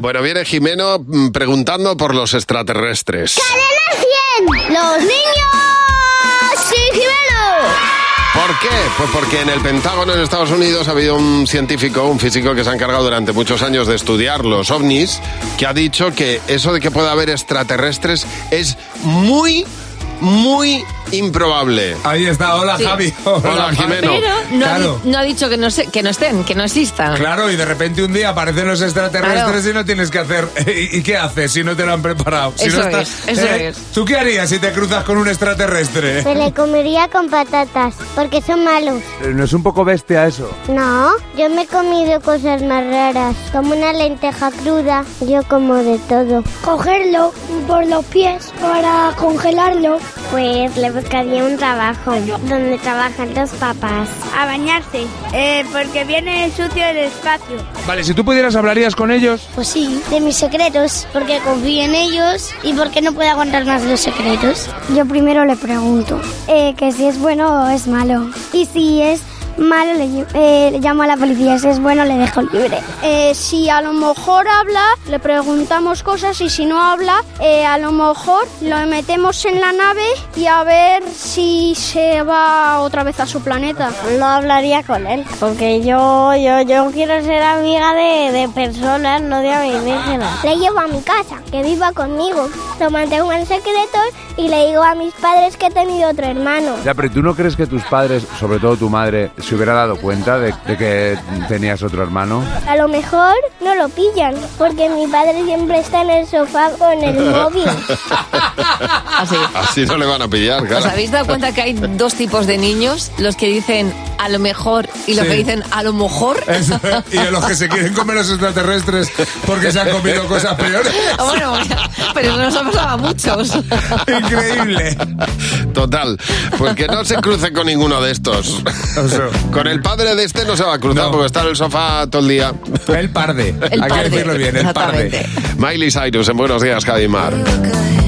Bueno, viene Jimeno mm, preguntando por los extraterrestres. ¡Los niños! ¡Sí, ¿Por qué? Pues porque en el Pentágono en Estados Unidos ha habido un científico, un físico que se ha encargado durante muchos años de estudiar los ovnis, que ha dicho que eso de que pueda haber extraterrestres es muy, muy improbable. Ahí está, hola Sí. Javi. Hola, Jimeno. Pero no, ha, Claro. di- no ha dicho que no, se- que no estén, que no existan. Claro, y de repente un día aparecen los extraterrestres Claro. y no tienes que hacer. ¿Y, y qué haces si no te lo han preparado? Si Eso no ¿eh? es, eso es. ¿Tú qué harías si te cruzas con un extraterrestre? Me le comería con patatas, porque son malos. Eh, ¿No es un poco bestia eso? No, yo me he comido cosas más raras, como una lenteja cruda, yo como de todo. Cogerlo por los pies para congelarlo. Pues le buscaría un trabajo donde trabajan los papás. A bañarse, eh, porque viene sucio el espacio. Vale, si tú pudieras, ¿hablarías con ellos? Pues sí, de mis secretos, porque confío en ellos y porque no puedo contar más los secretos. Yo primero le pregunto eh, que si es bueno o es malo. Y si es malo, le, lle- eh, le llamo a la policía. Si es bueno, le dejo libre. Eh, si a lo mejor habla, le preguntamos cosas y si no habla, eh, a lo mejor lo metemos en la nave y a ver si se va otra vez a su planeta. No hablaría con él, porque yo, yo, yo quiero ser amiga de, de personas, no de alienígenas. Le llevo a mi casa, que viva conmigo. Lo mantengo en secreto y le digo a mis padres que he tenido otro hermano. Ya, pero ¿tú no crees que tus padres, sobre todo tu madre, se hubiera dado cuenta de, de que tenías otro hermano? A lo mejor no lo pillan, porque mi padre siempre está en el sofá con el móvil. Así. Ah, Así no le van a pillar, ¿Os claro. Ah, habéis dado cuenta que hay dos tipos de niños? Los que dicen a lo mejor y los Sí. que dicen a lo mejor. Eso, y a los que se quieren comer los extraterrestres porque se han comido cosas peores. Bueno, bueno, pero eso nos ha pasado a muchos. Increíble. Total, pues que no se cruce con ninguno de estos. Oso. Con el padre de este no se va a cruzar No. porque está en el sofá todo el día. El parde. El Hay parde, que decirlo bien, el parde. exactamente. Miley Cyrus en Buenos Días, Javi Mar. good.